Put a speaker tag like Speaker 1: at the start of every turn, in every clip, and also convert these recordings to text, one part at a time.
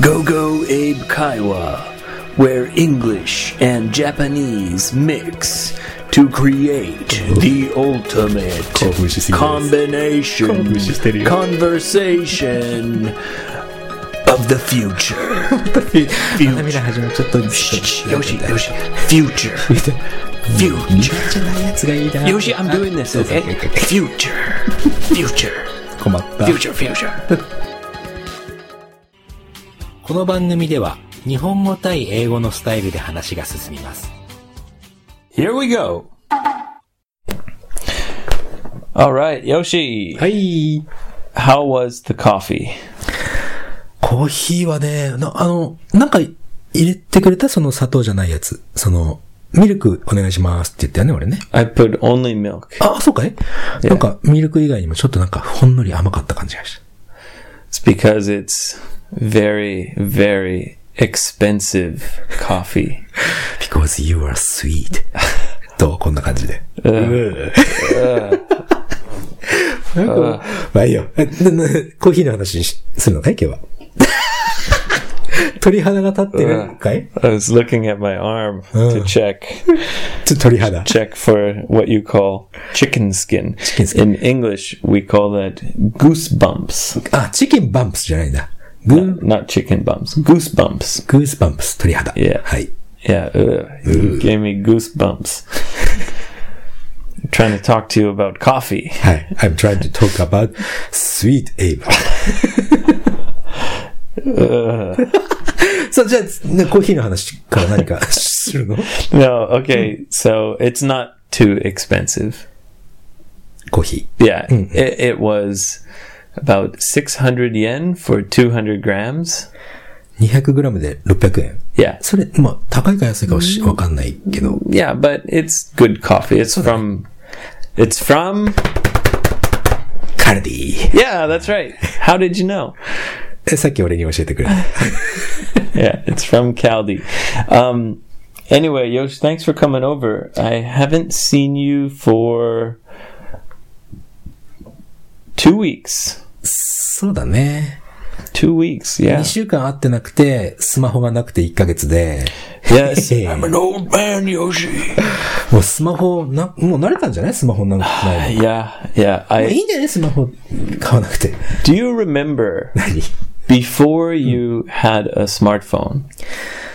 Speaker 1: Go Go Abe Kaiwa, where English and Japanese mix to create the ultimate
Speaker 2: 興奮しすぎです。
Speaker 1: combination
Speaker 2: 興奮してるよ。
Speaker 1: conversation of the future.
Speaker 2: 涙始まっちゃったんですけど
Speaker 1: Yoshi, Yoshi, future, future.
Speaker 2: じゃないやつがいいな
Speaker 1: Yoshi, I'm doing this, okay? Future, future,
Speaker 2: 困った
Speaker 1: future, future.
Speaker 2: この番組では日本語対英語のスタイルで話が進みます。
Speaker 1: Here we go. All right, Yoshi.
Speaker 2: はい。
Speaker 1: How was the coffee?
Speaker 2: コーヒーはね、なあの、なんか入れてくれたその砂糖じゃないやつ。その、ミルクお願いしますって言ったよね、俺ね。
Speaker 1: I put only milk.
Speaker 2: あ、そうかいなんかミルク以外にもちょっとなんかほんのり甘かった感じがした。
Speaker 1: It's because it's very, very expensive coffee.
Speaker 2: because you are sweet. どうこんな感じで。うーなんかまあいいよ。えななコーヒーの話にしするのかい今日 は。鳥肌が立ってるかい
Speaker 1: I was looking at my arm to check
Speaker 2: ちょ鳥肌。
Speaker 1: check for what you call chicken skin.
Speaker 2: Chicken skin.
Speaker 1: In English, we call that goosebumps.
Speaker 2: あ、チキンバンプスじゃないんだ。グー、
Speaker 1: Uh, Not chicken bumps, goosebumps.
Speaker 2: グースバンプス、鳥肌。
Speaker 1: Yeah.
Speaker 2: はい。
Speaker 1: Yeah, ugh, you gave me goosebumps. trying to talk to you about coffee.
Speaker 2: はい。I'm trying to talk about sweet Abe. そう、じゃあ、ねコーヒーの話から何か するの
Speaker 1: No,
Speaker 2: Hmm.
Speaker 1: okay, so it's not too expensive.
Speaker 2: コーヒ
Speaker 1: Yeah, it, it was about 600 yen for 200 grams.
Speaker 2: ー。200g で600円。
Speaker 1: Yeah,
Speaker 2: それ、まあ、高いか安いかはしわかんないけど。
Speaker 1: yeah, but it's good coffee. It's from, it's from.
Speaker 2: カルディ。
Speaker 1: Yeah, that's right. How did you know?
Speaker 2: えさっき俺に教えてくれた。
Speaker 1: Yeah, it's from Caldi. Um, anyway, Yosh, thanks for coming over. I haven't seen you for two weeks.
Speaker 2: そうだね。
Speaker 1: Two weeks,
Speaker 2: 2
Speaker 1: yeah.
Speaker 2: 週間会ってなくて、スマホがなくて1ヶ月で、
Speaker 1: Yes.
Speaker 2: I'm an
Speaker 1: old man, Yoshi.
Speaker 2: もうスマホ、な、もう慣れたんじゃないスマホなんかないの。
Speaker 1: Yeah, yeah.
Speaker 2: い
Speaker 1: I
Speaker 2: いんじゃないスマホ買わなくて。
Speaker 1: do you remember
Speaker 2: 何
Speaker 1: before you had a smartphone?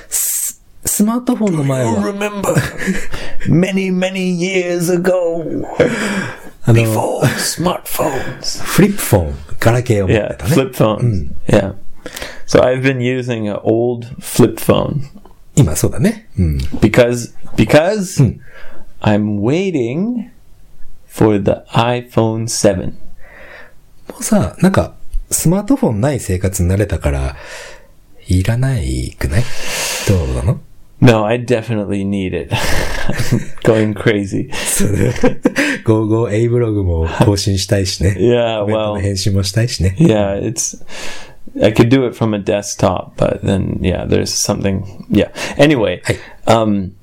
Speaker 2: スマートフォンの前は、
Speaker 1: remember many, many years ago
Speaker 2: あの、
Speaker 1: smartphones.
Speaker 2: フリップフォン、ガラケーを持っ
Speaker 1: Yeah,
Speaker 2: てたね。
Speaker 1: flip phones. Yeah. So I've been using an old flip phone
Speaker 2: 今そうだね。うん。
Speaker 1: because because I'm waiting for the iPhone 7.
Speaker 2: もうさ、なんか、スマートフォンない生活に慣れたから、いらないくないどうなの
Speaker 1: No, I definitely need it. I'm going crazy.
Speaker 2: そうね。55A ブログも更新したいしね。
Speaker 1: Yeah,
Speaker 2: コメント
Speaker 1: well,
Speaker 2: の返信もしたいしね。
Speaker 1: yeah, it's I could do it from a desktop, but then yeah, there's something. Yeah. Anyway,
Speaker 2: Hey.
Speaker 1: um,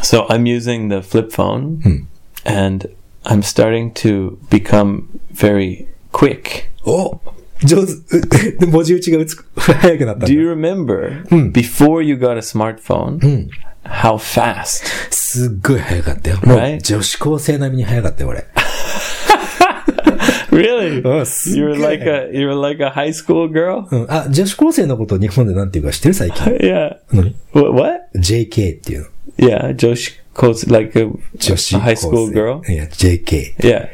Speaker 1: so I'm using the flip phone, and I'm starting to become very quick.
Speaker 2: お上手 う文字打ちが打つ、早くなったんだ
Speaker 1: Do you remember before you got a smartphone? How fast?
Speaker 2: すっごい早かったよ。もう
Speaker 1: Right?
Speaker 2: 女子高生並みに早かったよ、俺。
Speaker 1: Really?
Speaker 2: Oh, すっげえ。
Speaker 1: you were like a you were like a high school girl.
Speaker 2: うん。あ、女子高生のことを日本でなんていうか知ってる最近。
Speaker 1: Yeah.
Speaker 2: 何
Speaker 1: What? what?
Speaker 2: ?JK っていうの。
Speaker 1: Yeah, Josh calls like a,
Speaker 2: 女子高生。
Speaker 1: a high school girl.
Speaker 2: いや、JK。
Speaker 1: Yeah.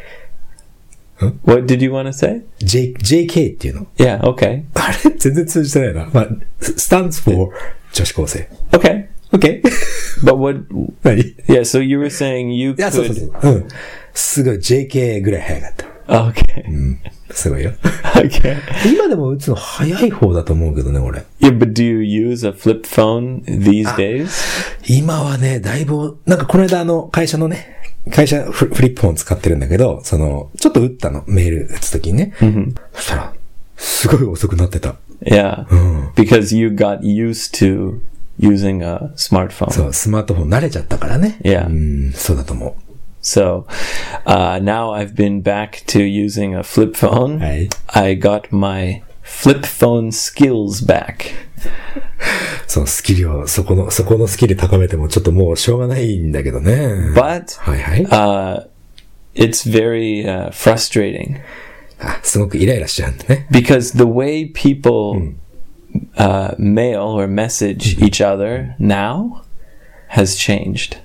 Speaker 2: Huh?
Speaker 1: What did you want to say?
Speaker 2: J、JK っていうの。
Speaker 1: Yeah, okay.
Speaker 2: あれ全然通じてないな。まあ、stands for 女子高生。
Speaker 1: Okay.
Speaker 2: OK?
Speaker 1: But what
Speaker 2: 何
Speaker 1: Yeah, so you were saying you
Speaker 2: いや、そうそう
Speaker 1: could
Speaker 2: そう。うん。すごい、JK ぐらい早かった。
Speaker 1: Okay.
Speaker 2: すごいよ。
Speaker 1: Okay.
Speaker 2: 今でも打つの早い方だと思うけどね、俺。
Speaker 1: Yeah, but do you use a flip phone these days?
Speaker 2: 今はね、だいぶ、なんかこの間あの、会社のね、会社フリフリップフォン使ってるんだけど、その、ちょっと打ったの、メール打つときにね。そしたら、すごい遅くなってた。
Speaker 1: Yeah.
Speaker 2: Mm.
Speaker 1: Because you got used to using a smartphone.
Speaker 2: そう、スマートフォン慣れちゃったからね。
Speaker 1: Yeah.
Speaker 2: うん、そうだと思
Speaker 1: So uh, now I've been back to using a flip phone.
Speaker 2: Hey.
Speaker 1: I got my flip phone skills back.
Speaker 2: そのスキルを、そこの、そこのスキル高めてもちょっともうしょうがないんだけどね。
Speaker 1: But
Speaker 2: はいはい。
Speaker 1: uh, it's very uh, frustrating
Speaker 2: あ、すごくイライラしちゃうんだね。
Speaker 1: because the way people uh, mail or message each other now has changed.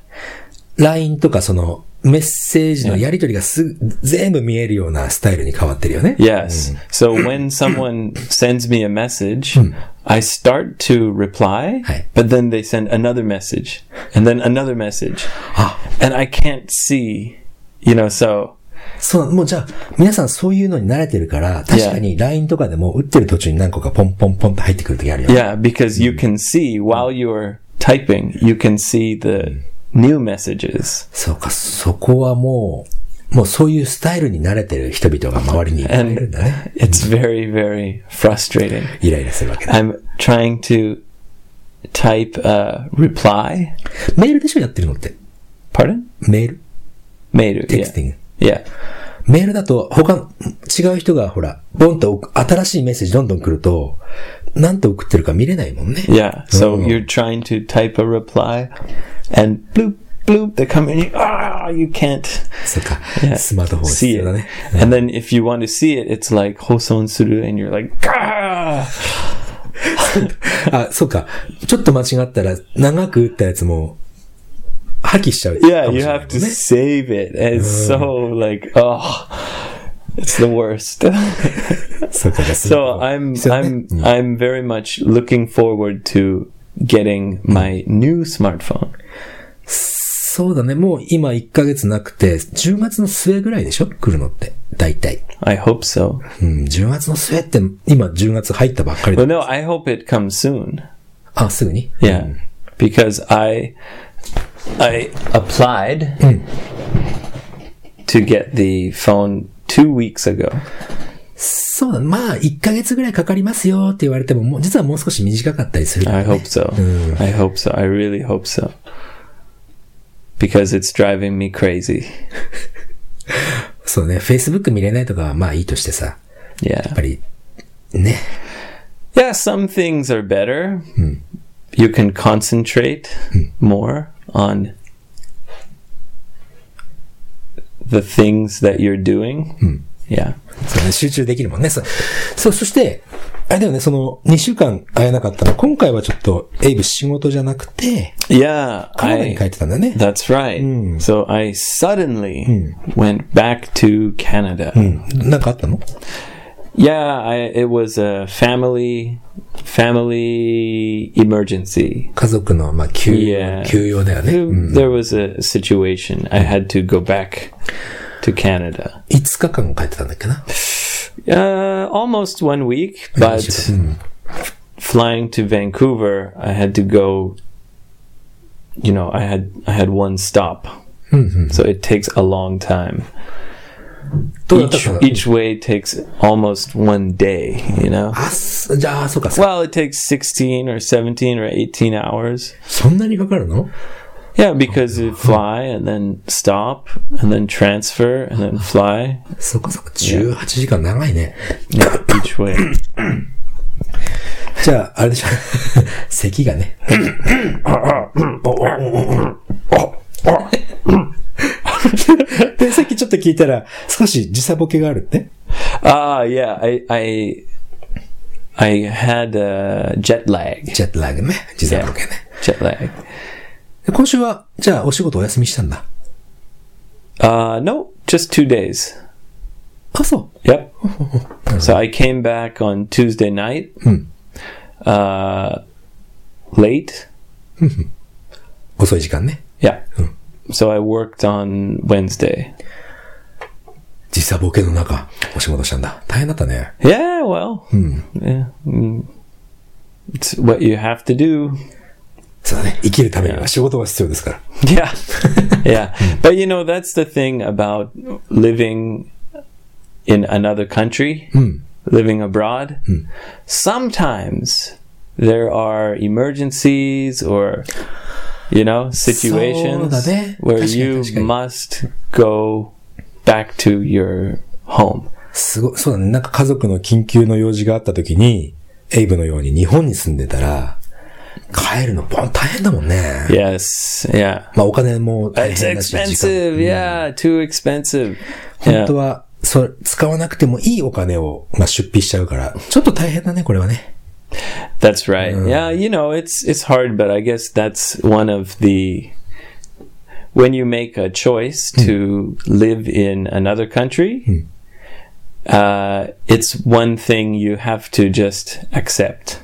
Speaker 2: LINE とかその、メッセージのやりとりがすぐ、全部見えるようなスタイルに変わってるよね。
Speaker 1: Yes. So when someone sends me a message, I start to reply,
Speaker 2: Hi.
Speaker 1: but then they send another message and then another message.
Speaker 2: Ah.
Speaker 1: And I can't see, you know, so
Speaker 2: そう、もうじゃあ、皆さんそういうのに慣れてるから、確かに LINE とかでも打ってる途中に何個かポンポンポンって入ってくる時あるよ。
Speaker 1: yeah, because you can see while you're typing, you can see the new messages.
Speaker 2: そうか、そこはもう、もうそういうスタイルに慣れてる人々が周りにいっぱいいるん
Speaker 1: And
Speaker 2: だね。
Speaker 1: it's very, very frustrating.
Speaker 2: イライラするわけだ。
Speaker 1: I'm trying to type a reply.
Speaker 2: メールでしょやってるのって。
Speaker 1: Pardon?
Speaker 2: メール
Speaker 1: Mail.
Speaker 2: テクスティング。
Speaker 1: Yeah. yeah.
Speaker 2: メールだと、他、違う人がほら、ボンと送新しいメッセージどんどん来ると、何と送ってるか見れないもんね。
Speaker 1: Yeah. So
Speaker 2: Oh.
Speaker 1: you're trying to type a reply, and bloop bloop, they come in. You, ah, you can't
Speaker 2: そっか
Speaker 1: yeah,。
Speaker 2: スマートフォン
Speaker 1: see
Speaker 2: 必
Speaker 1: it.
Speaker 2: 要だね。
Speaker 1: And then if you want to see it, it's like hoson suru, and you're like, ah.
Speaker 2: あ、そうか。ちょっと間違ったら、長く打ったやつも、破棄しちゃうかもしれな
Speaker 1: yeah,
Speaker 2: いもんね。
Speaker 1: you have to save it. And it's so like, oh, it's the worst.
Speaker 2: そうか。スマート
Speaker 1: so
Speaker 2: フォン
Speaker 1: I'm
Speaker 2: 必要だね
Speaker 1: I'm I'm very much looking forward to getting my new smartphone.
Speaker 2: そうだね。もう今1ヶ月なくて、10月の末ぐらいでしょ来るのって。大体。
Speaker 1: I hope so.
Speaker 2: うん、10月の末って、今10月入ったばっかりだ。
Speaker 1: Well, no, I hope it comes soon.
Speaker 2: あ、すぐに
Speaker 1: Yeah, because I I applied to get the phone two weeks ago.
Speaker 2: そうだ、まあ、1ヶ月ぐらいかかりますよって言われても、もう、実はもう少し短かったりする。
Speaker 1: I hope so. I hope so. I really hope so. Because it's driving me crazy.
Speaker 2: そうね、Facebook 見れないとかはまあいいとしてさ、や
Speaker 1: Yeah.
Speaker 2: っぱり、ね。
Speaker 1: Yeah, some things are better. You can concentrate more on the things that you're doing. Yeah.
Speaker 2: そうね、集中できるもんね。そう、そうそして、あれだよね、その、2週間会えなかったの。今回はちょっと、エイブ仕事じゃなくて、
Speaker 1: Yeah.
Speaker 2: カナダ
Speaker 1: I-
Speaker 2: に帰ってたんだよね。
Speaker 1: That's right. So I suddenly went back to Canada.
Speaker 2: うん。なんかあったの
Speaker 1: Yeah, I, it was a family family emergency.
Speaker 2: 家族の、まあ、休養、
Speaker 1: いや
Speaker 2: 休養だよね。
Speaker 1: There,
Speaker 2: うん
Speaker 1: there was a situation. I had to go back to Canada.
Speaker 2: 5日間帰ってたんだっけな。
Speaker 1: Uh, almost one week,
Speaker 2: 二週
Speaker 1: but
Speaker 2: 間うん、
Speaker 1: flying to Vancouver, I had to go. You know, I had I had one stop, so it takes a long time.
Speaker 2: どうだった
Speaker 1: each,
Speaker 2: かな
Speaker 1: each way takes almost one day, you know?
Speaker 2: あ、すじゃあ、そうか、そ
Speaker 1: Well, it takes 16 or 17 or 18 hours.
Speaker 2: そんなにかかるの
Speaker 1: Yeah, because you fly and then stop and then transfer and then fly
Speaker 2: そうか、そうか、18時間長いね。
Speaker 1: yeah, each way.
Speaker 2: じゃあ、あれでしょ咳がね。で、さっきちょっと聞いたら、少し時差ボケがあるって。
Speaker 1: Ah, yeah, I, I, I had uh, jet lag.
Speaker 2: ジェットラグね。時差ボケね。
Speaker 1: Jet lag.
Speaker 2: で今週は、じゃあお仕事お休みしたんだ。
Speaker 1: Uh, no, just two days.
Speaker 2: あ、そ
Speaker 1: Yep. so I came back on Tuesday night, uh, late.
Speaker 2: う。遅い時間ね。
Speaker 1: Yeah. So I worked on Wednesday.
Speaker 2: 時差ボケの中、お仕事したんだ。大変だったね。
Speaker 1: Yeah, well, yeah, mm, it's what you have to do.
Speaker 2: そうだね。生きるためには仕事が必要ですから。
Speaker 1: Yeah. yeah. But you know, that's the thing about living in another country, living abroad. Sometimes there are emergencies or, you know, situations
Speaker 2: そうだね。
Speaker 1: where
Speaker 2: 確かに、
Speaker 1: you
Speaker 2: 確かに。
Speaker 1: must go back to your home.
Speaker 2: すごい、そうだね。なんか家族の緊急の用事があった時に、エイブのように日本に住んでたら、帰るのボン大変だもんね。
Speaker 1: Yes. Yeah.
Speaker 2: まあお金も大
Speaker 1: It's
Speaker 2: 変だし、時間
Speaker 1: expensive. Yeah. Too expensive.
Speaker 2: 本
Speaker 1: Yeah.
Speaker 2: 当は、それ、使わなくてもいいお金を、まあ、出費しちゃうから、ちょっと大変だね、これはね。
Speaker 1: That's right. Yeah, you know, it's it's hard, but I guess that's one of the when you make a choice to live in another country, uh, it's one thing you have to just accept.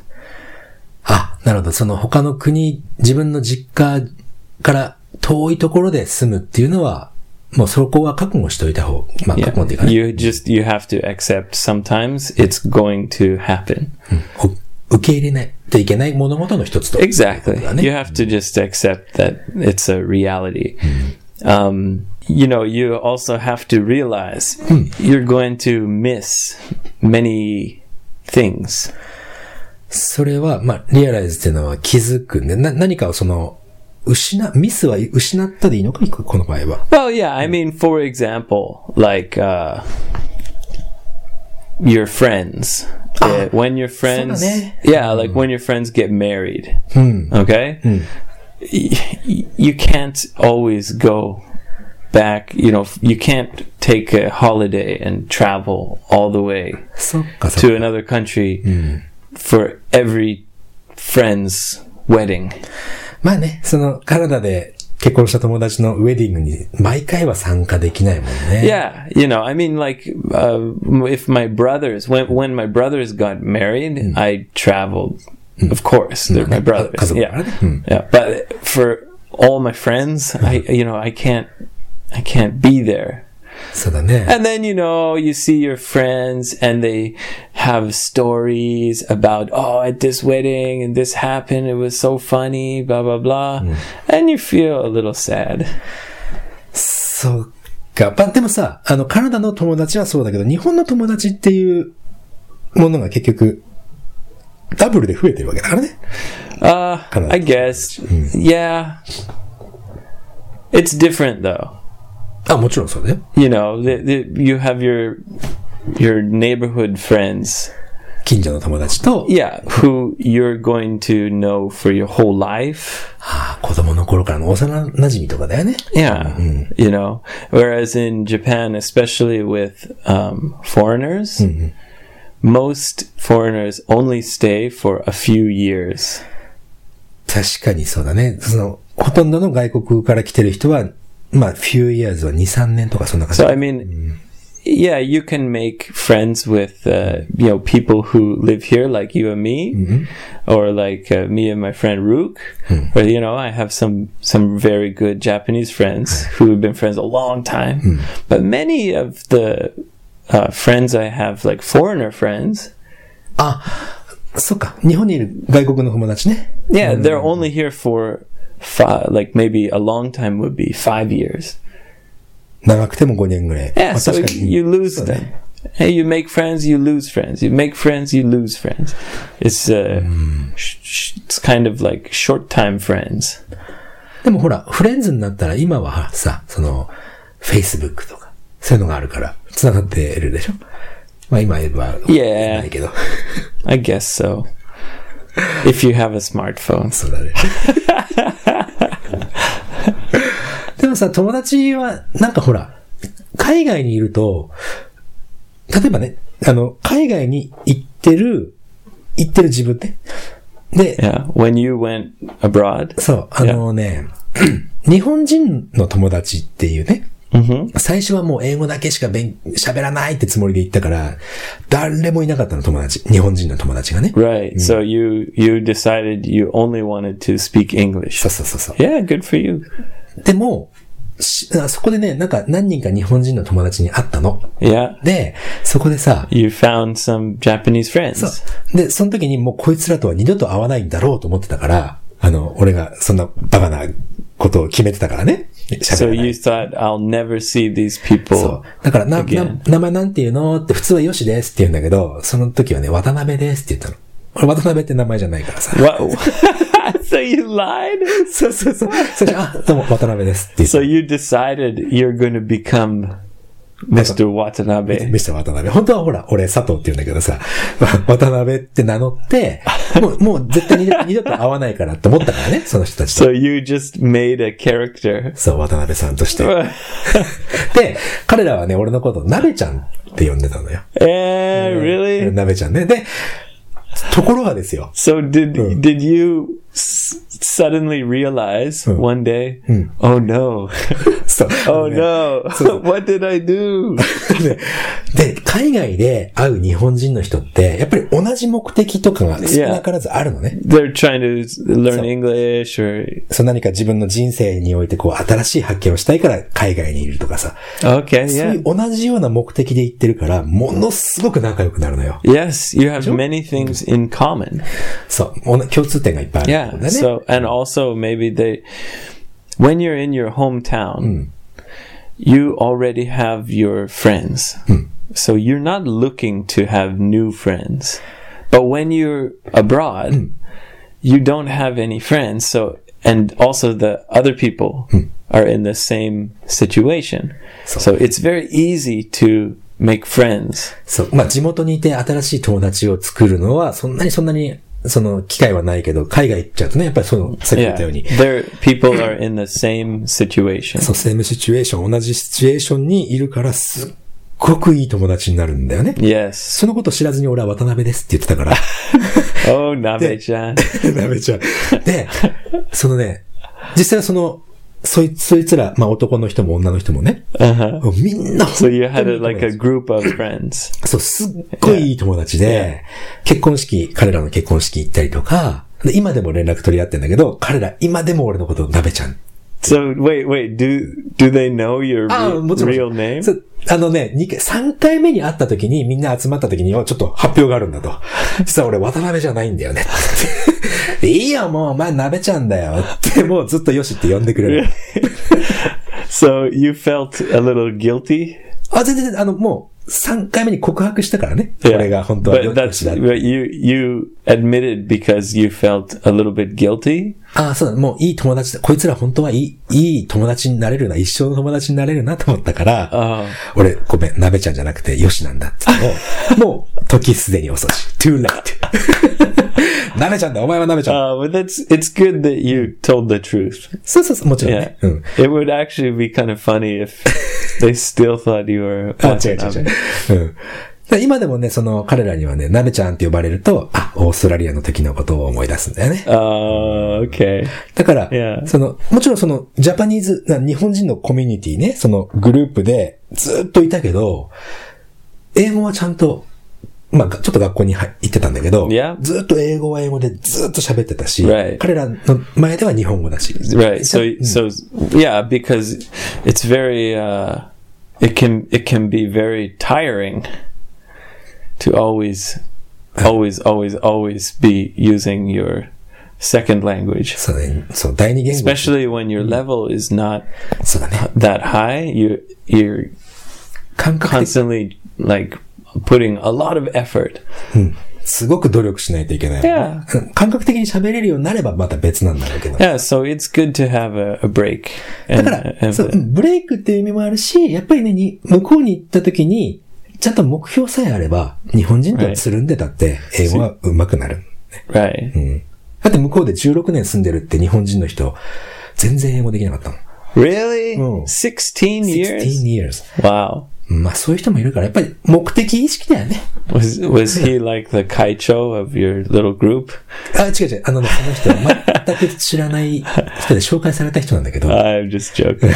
Speaker 2: あ、なるほど。その他の国、自分の実家から遠いところで住むっていうのは、もうそこは覚悟しておいた方、まあ、覚
Speaker 1: Yeah.
Speaker 2: 悟っていうかね、
Speaker 1: You just you have to accept sometimes it's going to happen.
Speaker 2: お受け入れないといけない物事の一つと。
Speaker 1: Exactly.
Speaker 2: ね。
Speaker 1: You have to just accept that it's a reality. Um, you know, you also have to realize you're going to miss many things.
Speaker 2: それは、まあ、リアライズっていうのは気づくんで、な、何かをその、失、ミスは失ったでいいのか、この場合は。
Speaker 1: Well, yeah, I mean, for example, like uh, your friends. Uh, when your friends,
Speaker 2: Sorry.
Speaker 1: yeah, like when your friends get married, okay, Y- y- you can't always go back. You know, f- you can't take a holiday and travel all the way
Speaker 2: そっか、そっか
Speaker 1: to another country for every friend's wedding.
Speaker 2: まあね、その、カナダで結婚した友達のウェディングに毎回は参加できないもんね。
Speaker 1: Yeah, you know, I mean, like uh, if my brothers when when my brothers got married, I traveled. Of course, they're my brothers.
Speaker 2: Hmm. Because of-
Speaker 1: Yeah,
Speaker 2: Mm.
Speaker 1: yeah. But for all my friends,
Speaker 2: Hmm.
Speaker 1: I you know I can't I can't be there.
Speaker 2: そうだね。
Speaker 1: And then you know you see your friends and they have stories about oh at this wedding and this happened it was so funny blah blah blah,
Speaker 2: Hmm.
Speaker 1: and you feel a little sad.
Speaker 2: そうか。まあでもさ、あの、カナダの友達はそうだけど、日本の友達っていうものが結局、ダブルで増えてるわけだからね。
Speaker 1: Uh,
Speaker 2: Kinda
Speaker 1: I
Speaker 2: like- Hmm.
Speaker 1: guess. Yeah. It's different though.
Speaker 2: あ、もちろんそうだよ。
Speaker 1: You know, the, the, you have your your neighborhood friends.
Speaker 2: 近所の友達と、
Speaker 1: Yeah, who you're going to know for your whole life.
Speaker 2: あ子供の頃からの幼馴染とかだよね。
Speaker 1: Yeah,
Speaker 2: Hmm.
Speaker 1: you know. Whereas in Japan, especially with um, foreigners,
Speaker 2: Hmm.
Speaker 1: most foreigners only stay for a few years.
Speaker 2: 確かにそうだね。その、ほとんどの外国から来てる人は、まあ、few years は2、3年とかそんな感じ
Speaker 1: So。I mean, yeah, you can make friends with uh, you know people who live here, like you and me, or like uh, me and my friend Rook. Or you know, I have some some very good Japanese friends who have been friends a long time. But many of the uh, friends I have, like foreigner friends,
Speaker 2: そっか。日本にいる外国の友達ね。
Speaker 1: yeah, they're only here for five, like maybe a long time would be five years.
Speaker 2: 長くても5年ぐらい。
Speaker 1: Yeah,
Speaker 2: まあ
Speaker 1: so
Speaker 2: 確か
Speaker 1: you
Speaker 2: に
Speaker 1: you lose
Speaker 2: そう
Speaker 1: them.
Speaker 2: ね
Speaker 1: Hey, you make friends, you lose friends. You make friends, you lose friends. It's uh, sh- sh- it's kind of like short time friends.
Speaker 2: でもほら、フレンズになったら今はさ、その、Facebook とか、そういうのがあるから、繋がってるでしょまあ今言えば、
Speaker 1: いや
Speaker 2: ないけど。
Speaker 1: I guess so. If you have a smartphone,
Speaker 2: そうだね。でもさ、友達は、なんかほら、海外にいると、例えばね、あの、海外に行ってる、行ってる自分ね。で、
Speaker 1: yeah. When you went abroad,
Speaker 2: そう、あのね、 日本人の友達っていうね、最初はもう英語だけしか勉喋らないってつもりで行ったから、誰もいなかったの友達、日本人の友達がね。
Speaker 1: right? So you you decided you only wanted to speak
Speaker 2: そ
Speaker 1: English.
Speaker 2: うそうそうそう。
Speaker 1: Yeah, good for you.
Speaker 2: でも、しあそこでね、なんか何人か日本人の友達に会ったの。
Speaker 1: Yeah,
Speaker 2: で、そこでさ、
Speaker 1: you found some Japanese friends.
Speaker 2: そうで、その時にもうこいつらとは二度と会わないんだろうと思ってたから、あの、俺がそんなバカなことを決めてたからね。喋
Speaker 1: So
Speaker 2: らない
Speaker 1: you thought I'll never see these people.
Speaker 2: そう。だから、な、な
Speaker 1: Again.
Speaker 2: 名前なんて言うのって普通はよしですって言うんだけど、その時はね、渡辺ですって言ったの。俺、渡辺って名前じゃないからさ。
Speaker 1: Whoa. so you lied?
Speaker 2: そうそうそう。それじゃあ、どうも、渡辺ですって言っ
Speaker 1: So you decided you're going to become Mr. Watanabe.
Speaker 2: ミスター渡辺。本当はほら、俺佐藤って言うんだけどさ、 渡辺って名乗って、もう、もう絶対に二度と 会わないからって思ったからね、その人たちと。
Speaker 1: So you just made a character. Eh,
Speaker 2: そう、渡辺さんとして。で、彼らはね、俺のことを鍋ちゃんって呼んでたのよ。
Speaker 1: Eh,
Speaker 2: え
Speaker 1: really?
Speaker 2: 鍋ちゃんね。で、ところがですよ。
Speaker 1: So did
Speaker 2: Hmm.
Speaker 1: did you s- suddenly realize
Speaker 2: Hmm.
Speaker 1: one day? Oh no!
Speaker 2: そう。
Speaker 1: Oh
Speaker 2: あのね
Speaker 1: no!
Speaker 2: So-
Speaker 1: what did I do?
Speaker 2: ねで、海外で会う日本人の人って、やっぱり同じ目的とかが少なからずあるのね。
Speaker 1: They're trying to s-
Speaker 2: So-
Speaker 1: learn English or
Speaker 2: そう何か自分の人生においてこう新しい発見をしたいから海外にいるとかさ。
Speaker 1: okay,
Speaker 2: そう
Speaker 1: yeah,
Speaker 2: いう同じような目的で行ってるから、ものすごく仲良くなるのよ。
Speaker 1: yes. You have many things in common.
Speaker 2: そう。おな共通点がいっぱいあ
Speaker 1: Yeah.
Speaker 2: るんだね。
Speaker 1: So and also maybe they, when you're in your hometown, you already have your friends. So you're not looking to have new friends. But when you're abroad, you don't have any friends. So and also the other people are in the same situation. So, it's very easy to make friends.
Speaker 2: そう。まあ、地元にいて新しい友達を作るのは、そんなにそんなに、その、機会はないけど、海外行っちゃうとね、やっぱりその、さっき言
Speaker 1: Yeah.
Speaker 2: ったように、
Speaker 1: There people are in the same situation.
Speaker 2: そう、セームシチュエーション、同じシチュエーションにいるから、すっごくいい友達になるんだよね。
Speaker 1: Yes.
Speaker 2: そのこと知らずに俺は渡辺ですって言ってたから。
Speaker 1: Oh, Nabe-chan.
Speaker 2: なめちゃう。で、そのね、実際はその、そいそいつら、まあ男の人も女の人もね、
Speaker 1: Uh-huh.
Speaker 2: みんな、
Speaker 1: So you had a, like a group of friends.
Speaker 2: そう、すっごいいい友達で、結婚式、彼らの結婚式行ったりとか、で今でも連絡取り合ってんだけど、彼ら今でも俺のことをなべちゃん。
Speaker 1: So wait, wait. Do do they know your re-
Speaker 2: も
Speaker 1: real name?
Speaker 2: そうあのね、二回、3回目に会った時に、みんな集まった時に、おちょっと発表があるんだ と。実は俺、渡辺じゃないんだよね。で いいよ、もう、お前、鍋ちゃんだよ。って、もうずっとよしって呼んでくれる。
Speaker 1: So you felt a little guilty.
Speaker 2: あ、全然全然、あの、もう、3回目に告白したからね。これが本当は
Speaker 1: but
Speaker 2: よよ
Speaker 1: that's
Speaker 2: しだ。
Speaker 1: but you you admitted because you felt a little bit guilty.
Speaker 2: あそうだ、もういい友達だ。こいつら本当はいい、いい友達になれるな、一生の友達になれるなと思ったから、
Speaker 1: あ
Speaker 2: 俺、ごめん、鍋ちゃんじゃなくて、よしなんだっていうのをもう、時すでに遅し。too late. 鍋ちゃんだ、お前は鍋ちゃんだ。
Speaker 1: Uh, but that's it's good that you told the truth.
Speaker 2: そうそうそう、もちろん
Speaker 1: Yeah,
Speaker 2: ね。うん。
Speaker 1: it would actually be kind of funny if they still thought you were.
Speaker 2: あ、違う違う違う。うん。で今でもね、その、彼らにはね、鍋ちゃんって呼ばれると、あ、オーストラリアの時のことを思い出すんだよね。
Speaker 1: Uh, okay.
Speaker 2: だから、
Speaker 1: Yeah.
Speaker 2: その、もちろんその、ジャパニーズ、な日本人のコミュニティね、そのグループでずっといたけど、英語はちゃんと、まあ、ちょっと学校には行ってたんだけど、
Speaker 1: Yeah.
Speaker 2: ずっと英語は英語でずっと喋ってたし、
Speaker 1: Right.
Speaker 2: 彼らの前では日本語だし。
Speaker 1: right so so yeah because it's very uh it can it can be very tiring to always always always always be using your second language
Speaker 2: そうね、そう、第二言語。
Speaker 1: especially when your level is not
Speaker 2: そうだね。
Speaker 1: that high you you're
Speaker 2: 感覚的
Speaker 1: constantly like putting a lot of effort
Speaker 2: すごく努力しないといけない。
Speaker 1: Yeah.
Speaker 2: うん感覚的に喋れるようになればまた別なんだろうけど。
Speaker 1: yeah so it's good to have a, a break
Speaker 2: だ
Speaker 1: and,
Speaker 2: から、
Speaker 1: and-
Speaker 2: そう、うんブレイクっていう意味もあるし、やっぱりね、に向こうに行った時に、ちゃんと目標さえあれば、日本人とつるんでたって、英語は上手くなる。
Speaker 1: right
Speaker 2: だって向こうで16年住んでるって日本人の人、全然英語できなかったもん。
Speaker 1: really
Speaker 2: Mm.
Speaker 1: 16
Speaker 2: 16
Speaker 1: years
Speaker 2: years。
Speaker 1: wow
Speaker 2: まあそういう人もいるから、やっぱり目的意識だよね。
Speaker 1: Was was he like the kaicho of your little group?
Speaker 2: あ、違う違う。あのね、その人は全く知らない人で紹介された人なんだけど、
Speaker 1: I'm just joking.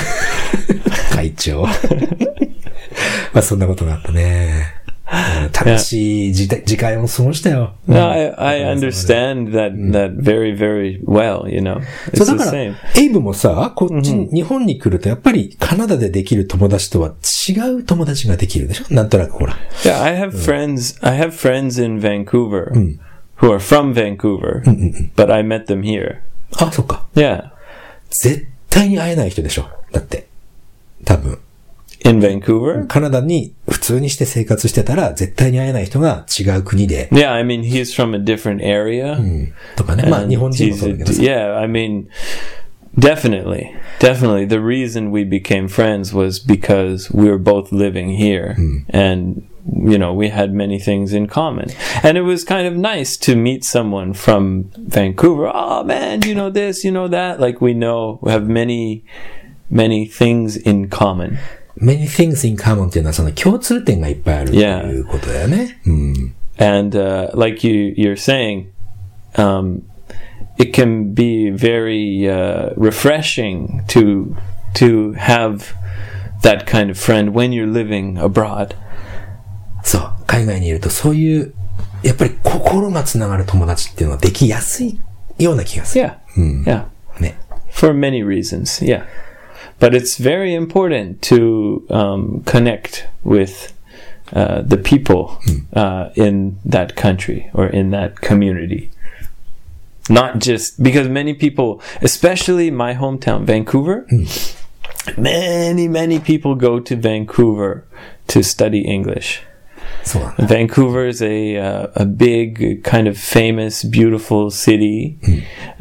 Speaker 2: 会長。 まあそんなことがあったね。うん楽しい時代時間を過ごしたよ。
Speaker 1: No, I, I understand that that very very well. You know,
Speaker 2: そ
Speaker 1: it's
Speaker 2: うだか
Speaker 1: the
Speaker 2: ら
Speaker 1: same.、
Speaker 2: エイブもさ、こっちに、日本に来ると、やっぱりカナダでできる友達とは違う友達ができるでしょなんとなくほら。
Speaker 1: Yeah, I have friends. I have friends in Vancouver who are from Vancouver, but I met them here.
Speaker 2: あ、そっか。
Speaker 1: Yeah,
Speaker 2: 絶対に会えない人でしょだって。多分。
Speaker 1: in Vancouver.
Speaker 2: カナダに普通にして生活してたら、絶対に会えない人が違う国で、
Speaker 1: Yeah, I mean he's from a different area.
Speaker 2: とかね。まあ、
Speaker 1: And
Speaker 2: 日本人も
Speaker 1: he's
Speaker 2: そう
Speaker 1: a
Speaker 2: だけど
Speaker 1: d-
Speaker 2: さ。
Speaker 1: yeah, I mean, Definitely. Definitely. The reason we became friends was because we were both living here and you know, we had many things in common. And it was kind of nice to meet someone from Vancouver. Oh man, you know this, you know that. Like we know we have many many things in common.
Speaker 2: many things in common っていうのはその共通点がいっぱいあるということだよね。うん。
Speaker 1: and uh, like you you're saying, um, it can be very uh, refreshing to to have that kind of friend when you're living abroad.
Speaker 2: そう。海外にいるとそういう、やっぱり心がつながる友達っていうのはできやすいような気がする。
Speaker 1: Yeah, yeah,
Speaker 2: ね。
Speaker 1: for many reasons. Yeah, but it's very important to um, connect with. Uh, the people uh, in that country or in that community. Not just because many people, especially my hometown, Vancouver, many many people go to Vancouver to study English.
Speaker 2: そうなんだ。
Speaker 1: Vancouver is a uh, a big kind of famous beautiful city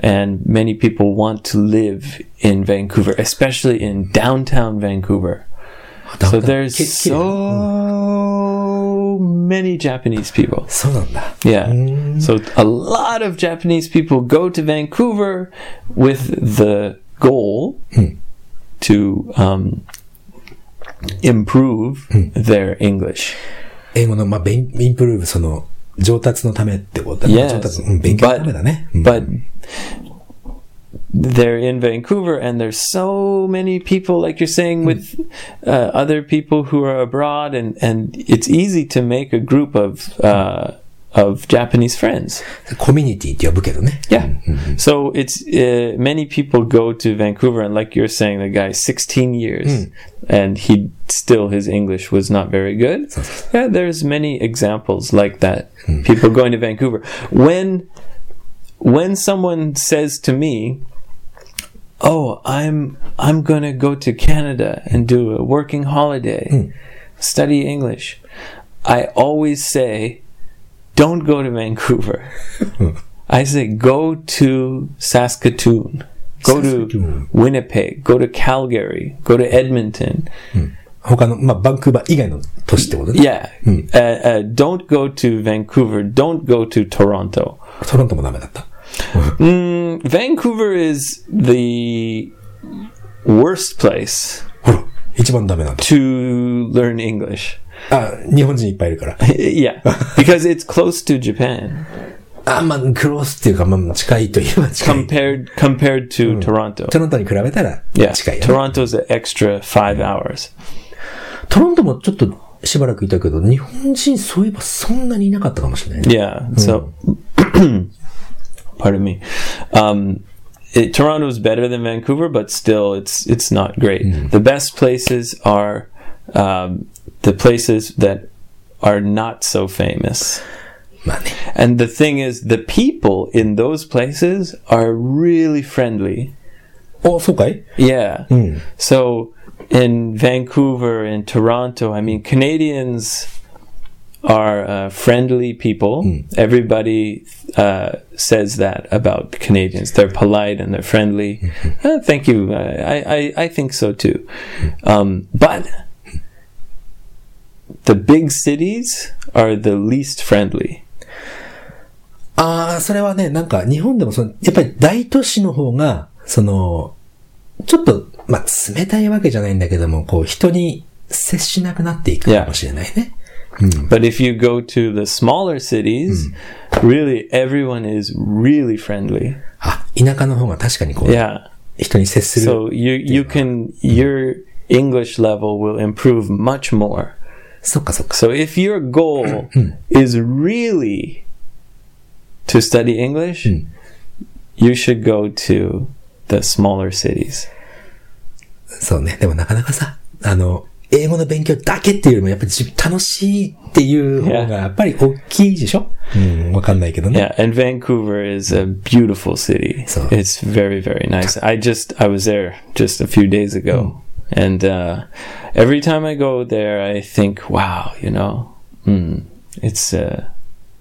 Speaker 1: and many people want to live in Vancouver especially in downtown Vancouver.
Speaker 2: だ
Speaker 1: So
Speaker 2: んだん
Speaker 1: there's
Speaker 2: ききれい
Speaker 1: so many Japanese people.
Speaker 2: そうなんだ。
Speaker 1: Yeah. So a lot of Japanese people go to Vancouver with the goal to um, improve their English.
Speaker 2: 英語の、まあ、勉インプルーブ、その、上達のためってことだね。上
Speaker 1: Yes.
Speaker 2: 達、うん、勉強のためだね。うん
Speaker 1: But they're in Vancouver and there's so many people, like you're saying, with uh, other people who are abroad, and, and it's easy to make a group of, uh, of Japanese friends.
Speaker 2: コミュニティって呼ぶけどね。
Speaker 1: Yeah. So it's uh, many people go to Vancouver, and like you're saying, the guy 16 years, and he still his English was not very good. Yeah, there's many examples like that. People going to Vancouver when when someone says to me. Oh, I'm I'm gonna go to Canada and do a working holiday, study English. I always say, don't go to Vancouver. I say go to Saskatoon, go
Speaker 2: Saskatoon.
Speaker 1: to Winnipeg, go to Calgary, go to Edmonton.
Speaker 2: 他の、まあ、バンクーバー以外の都市ってことね。
Speaker 1: Yeah, uh, uh, don't go to Vancouver. Don't go to Toronto.
Speaker 2: トロントもダメだった。
Speaker 1: Mm, Vancouver is the worst place
Speaker 2: ほら、一番ダメなんだ。
Speaker 1: to learn English.
Speaker 2: あ、日本人いっぱいいるから。
Speaker 1: yeah, because it's close to Japan
Speaker 2: あ、まあ、クロスっていうか、まあ、近いといえば近い。
Speaker 1: compared compared to Toronto.
Speaker 2: トロントに比べたら
Speaker 1: Yeah,
Speaker 2: 近いよね、
Speaker 1: Toronto's an extra five hours.
Speaker 2: トロントもちょっとしばらくいたけど、日本人そういえばそんなにいなかったかもしれないね。
Speaker 1: Yeah. So, pardon me. Um, it, Toronto's better than Vancouver, but still, it's it's not great. The best places are um, the places that are not so famous.
Speaker 2: まあね。
Speaker 1: And the thing is, the people in those places are really friendly.
Speaker 2: お、そうかい
Speaker 1: Yeah. So in Vancouver and Toronto, I mean, Canadians are uh, friendly people. Everybody uh, says that about Canadians. They're polite and they're friendly. "Ah, thank you. I, I, I think so too. Um, but the big cities are the least friendly.
Speaker 2: ああ、それはね、なんか日本でもその、やっぱり大都市の方が、その、ちょっと、まあ、冷たいわけじゃないんだけども、こう、人に接しなくなっていくかもしれないね。
Speaker 1: But if you go to the smaller cities, really everyone is really friendly.
Speaker 2: あ、田舎の方が確かにこう、
Speaker 1: Yeah.
Speaker 2: 人に接する。
Speaker 1: So you you can your English level will improve much more.
Speaker 2: そっかそっか。
Speaker 1: So if your goal is really to study English, you should go to the smaller cities.
Speaker 2: そうね。でもなかなかさ、あの、英語の勉強だけっていうよりも、やっぱり自分楽しいっていう方が、
Speaker 1: Yeah.
Speaker 2: やっぱり大きいでしょうん、わかんないけどね。
Speaker 1: Yeah, and Vancouver is a beautiful city.
Speaker 2: So-
Speaker 1: It's very very nice. I just I was there just a few days ago, and uh, every time I go there, I think, Hmm. wow, you know, mm, it's uh,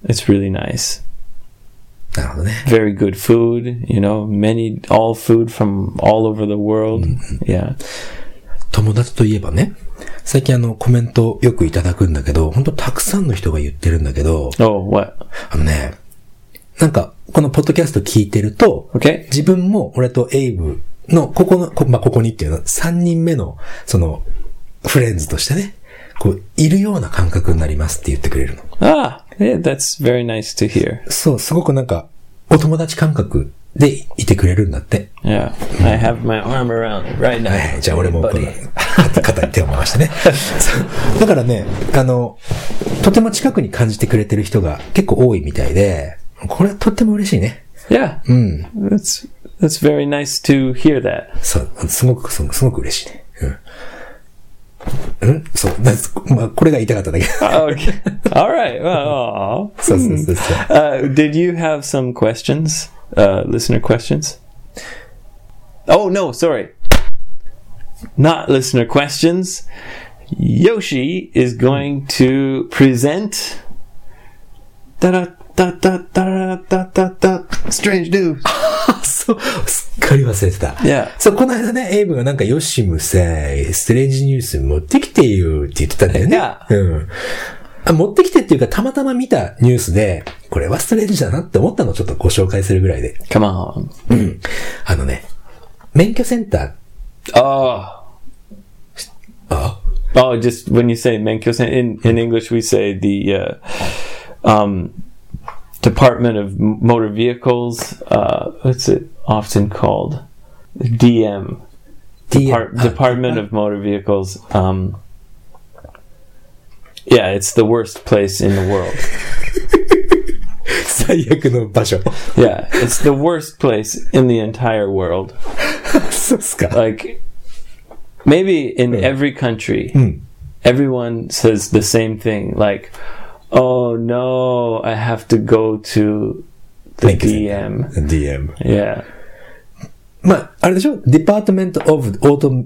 Speaker 1: it's really nice.
Speaker 2: なるほどね。
Speaker 1: very good food, you know, many, all food from all over the world. Yeah.
Speaker 2: 友達といえばね、最近あのコメントよくいただくんだけど、本当たくさんの人が言ってるんだけど、
Speaker 1: Oh, what?
Speaker 2: あのね、なんか、このポッドキャスト聞いてると、
Speaker 1: Okay.
Speaker 2: 自分も俺とエイブの、ここの、こまあ、ここにっていうのは、3人目の、その、フレンズとしてね、こう、いるような感覚になりますって言ってくれるの。
Speaker 1: Ah, yeah, that's very nice to hear.
Speaker 2: そう、すごくなんか、お友達感覚でいてくれるんだって。
Speaker 1: Yeah. I have my arm around it right
Speaker 2: はいは
Speaker 1: now.
Speaker 2: い、じゃあ俺もこの
Speaker 1: Buddy.
Speaker 2: 肩肩に手を回してね。 そうだからね、あの、とても近くに感じてくれてる人が結構多いみたいで、これはとっても嬉しいね。
Speaker 1: Yeah. That's, that's very nice to hear that.
Speaker 2: そう、すごく、すごくすごく嬉しいね。うん。うんそう、だまあ、これが言いたかっただけ。
Speaker 1: Oh, Okay. All right. Well,
Speaker 2: そうそうそうそう。
Speaker 1: aw. uh, did you have some questions? Uh, listener questions? Oh, no, sorry. Not listener questions. Yoshi is going to present. Da da da da da da da da. Strange news.
Speaker 2: そう、すっかり忘れてた。
Speaker 1: Yeah.
Speaker 2: そう、この間ね、エイブがなんか、ヨシムさ、ストレンジニュース持ってきてよって言ってたんだよね。
Speaker 1: Yeah.
Speaker 2: うんあ。持ってきてっていうか、たまたま見たニュースで、これはストレンジだなって思ったのをちょっとご紹介するぐらいで。
Speaker 1: Come on.
Speaker 2: あのね、免許センター、
Speaker 1: Oh.
Speaker 2: あ
Speaker 1: Oh, just when you say Menkyosen, in, in English we say the uh, um, Department of M- Motor Vehicles, uh, what's it often called? DM, Depart-
Speaker 2: DM あ
Speaker 1: Department of Motor Vehicles. Um, yeah, it's the worst place in the world.
Speaker 2: 最悪の場所。
Speaker 1: Yeah, it's the worst place in the entire world.
Speaker 2: そうっすか。
Speaker 1: Like, maybe in
Speaker 2: Hmm.
Speaker 1: every country, everyone says the same thing like oh no i have to go to the
Speaker 2: Thank you.
Speaker 1: dm
Speaker 2: DM。
Speaker 1: yeah
Speaker 2: まあ、あれでしょデパートメントオブオート、モ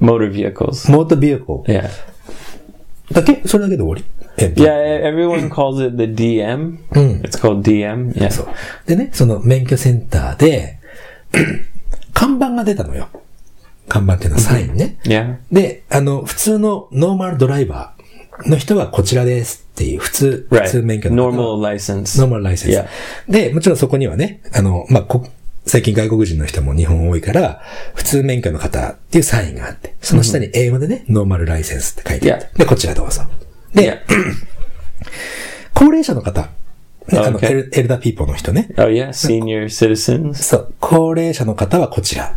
Speaker 1: motor vehicles
Speaker 2: ートビューコ
Speaker 1: yeah
Speaker 2: だけそれだけで終わり。え
Speaker 1: yeah e- everyone calls it the dm
Speaker 2: Hmm.
Speaker 1: it's called dm yeah
Speaker 2: そう。でね、その免許センターで、 看板が出たのよ。看板っていうのはサインね。
Speaker 1: yeah
Speaker 2: で、あの、普通のノーマルドライバーの人はこちらですっていう、普通、普
Speaker 1: right
Speaker 2: 通免許の方
Speaker 1: normal license
Speaker 2: ノーマルライセンス。
Speaker 1: Yeah.
Speaker 2: で、もちろんそこにはね、あの、まあ、こ最近外国人の人も日本多いから、普通免許の方っていうサインがあって、その下に英語でね、ノーマルライセンスって書いてあって、で、こちらどうぞ。で、高齢者の方、ね、あの、
Speaker 1: Okay.
Speaker 2: エルエルダーピーポーの人ね、
Speaker 1: oh yeah senior citizens
Speaker 2: そう、高齢者の方はこちら、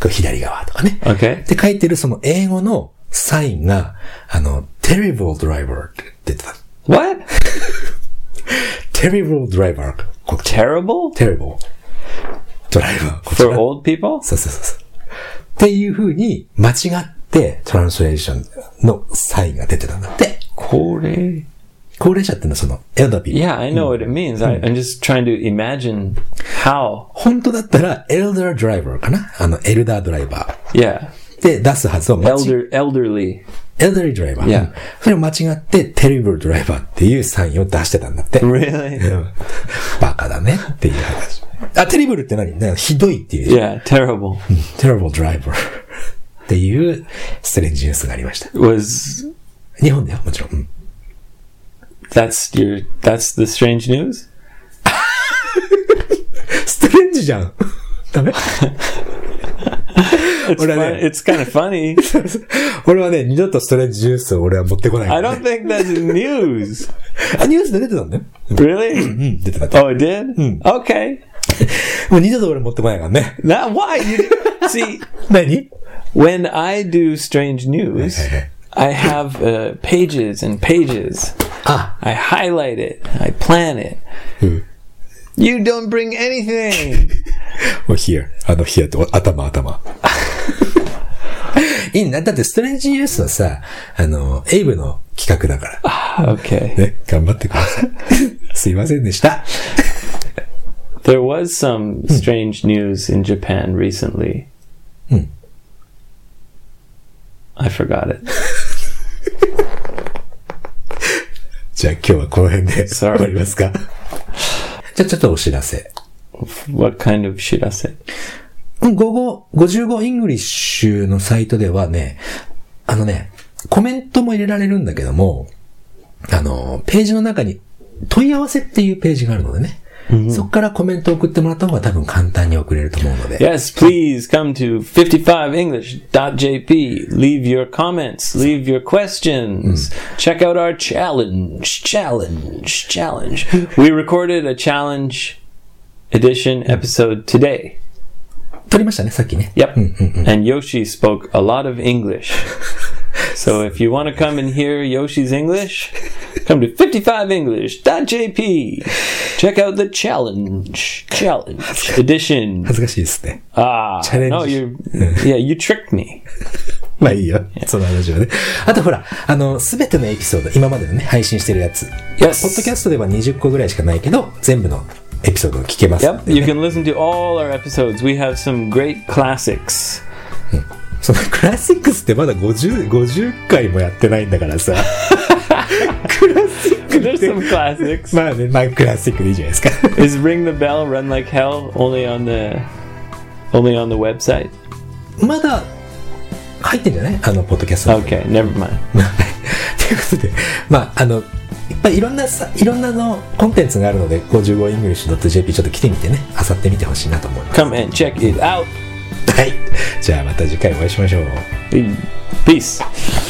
Speaker 2: こう左側とかね、
Speaker 1: okay
Speaker 2: って書いてるその英語のサインが、あの、terrible driver って出てた。
Speaker 1: what
Speaker 2: terrible driver。こ
Speaker 1: terrible
Speaker 2: terrible. ドライバー。こち
Speaker 1: for
Speaker 2: ら。
Speaker 1: old people
Speaker 2: そうそうそうそう。っていう風に間違ってトランスレーションのサインが出てたんだって。eh?
Speaker 1: Kore.
Speaker 2: 高齢者っていうのはそのエルダーピー。
Speaker 1: yeah i know what it means I, i'm just trying to imagine how
Speaker 2: 本当だったらエルダードライバーかなあの、エルダードライバ
Speaker 1: yeah
Speaker 2: ー。で、出すはずを間違え
Speaker 1: elder elderly
Speaker 2: エルダードライバー。
Speaker 1: Yeah.
Speaker 2: うんそれを間違ってテリブルドライバーっていうサインを出してたんだって。
Speaker 1: really
Speaker 2: うんバカだねっていう話。あ、テリブルって何なんかひどいっていう。
Speaker 1: Yeah, terrible.
Speaker 2: terrible driver っていうストレンジニュースがありました。
Speaker 1: Was
Speaker 2: 日本ではもちろん。うん
Speaker 1: that's your that's the strange news?
Speaker 2: ストレンジじゃんダメ
Speaker 1: It's,
Speaker 2: Ora
Speaker 1: fun-
Speaker 2: ne.
Speaker 1: it's kind of funny.
Speaker 2: 俺はね、二度とストレンジニュースを俺は持ってこないか
Speaker 1: I
Speaker 2: ら、
Speaker 1: don't think that's news.
Speaker 2: あ、ニュースで出てたんだよ。う
Speaker 1: Really?
Speaker 2: ん、出てた。
Speaker 1: Oh, it did? Okay.
Speaker 2: もう二度と俺持ってこないからね。
Speaker 1: Now, why? You, see,
Speaker 2: 何
Speaker 1: when I do strange news,
Speaker 2: Okay.
Speaker 1: I have uh, pages and pages.
Speaker 2: あ、
Speaker 1: I highlight it. I plan it.
Speaker 2: Hmm.
Speaker 1: You don't bring anything.
Speaker 2: もう here. あの here と頭頭。 いいな。だってストレンジニュースはさ、あの、エイブの企画だから。
Speaker 1: okay.
Speaker 2: ね、頑張ってくだ さい。すいませんでした。
Speaker 1: There was some strange news in Japan recently.
Speaker 2: Hmm.
Speaker 1: I forgot it.
Speaker 2: じゃあ今日はこの辺で
Speaker 1: Sorry.
Speaker 2: 終わりますかじゃあちょっとお知らせ。
Speaker 1: What kind of shit I said?
Speaker 2: うん午後、55イングリッシュのサイトではね、あのね、コメントも入れられるんだけども、あの、ページの中に問い合わせっていうページがあるのでね、そこからコメントを送ってもらった方が多分簡単に送れると思うので。
Speaker 1: Yes, please come to 55english.jp. Leave your comments, leave your questions.
Speaker 2: Hmm.
Speaker 1: Check out our challenge, challenge, challenge. we recorded a challenge edition episode today.
Speaker 2: 撮りましたね、さっきね。
Speaker 1: Yep. and Yoshi spoke a lot of English. so if you want to come and hear Yoshi's English, come to 55english.jp. Check out the challenge, challenge edition.
Speaker 2: 恥ずかしいですね。
Speaker 1: Ah,
Speaker 2: Challenge.
Speaker 1: no, you, yeah, you tricked me.
Speaker 2: まあいいよ。その話はね。あとほら、あの、すべてのエピソード、今までのね、配信してるやつ。
Speaker 1: Yes.
Speaker 2: ポッドキャストでは20個ぐらいしかないけど、全部のエピソードを聞けますの
Speaker 1: Yep,
Speaker 2: で。
Speaker 1: you can listen to all our episodes. We have some great classics.
Speaker 2: そのクラシックスってまだ50、50回もやってないんだからさ。 クラシックっ
Speaker 1: There's some
Speaker 2: て。
Speaker 1: classics.
Speaker 2: まあね、まあクラシックでいいじゃないですか。
Speaker 1: Is Ring the Bell Run Like Hell only on the only on the website?
Speaker 2: まだ、入ってんじゃないあの、ポッドキャ ストの。
Speaker 1: Okay, never mind.
Speaker 2: ということで、まあ、あの、いっぱいいろんなさ、いろんなのコンテンツがあるので、55english.jp ちょっと来てみてね、あさってみてほしいなと思います。
Speaker 1: Come and check it out.
Speaker 2: はい。じゃあまた次回お会いしましょう。
Speaker 1: Peace.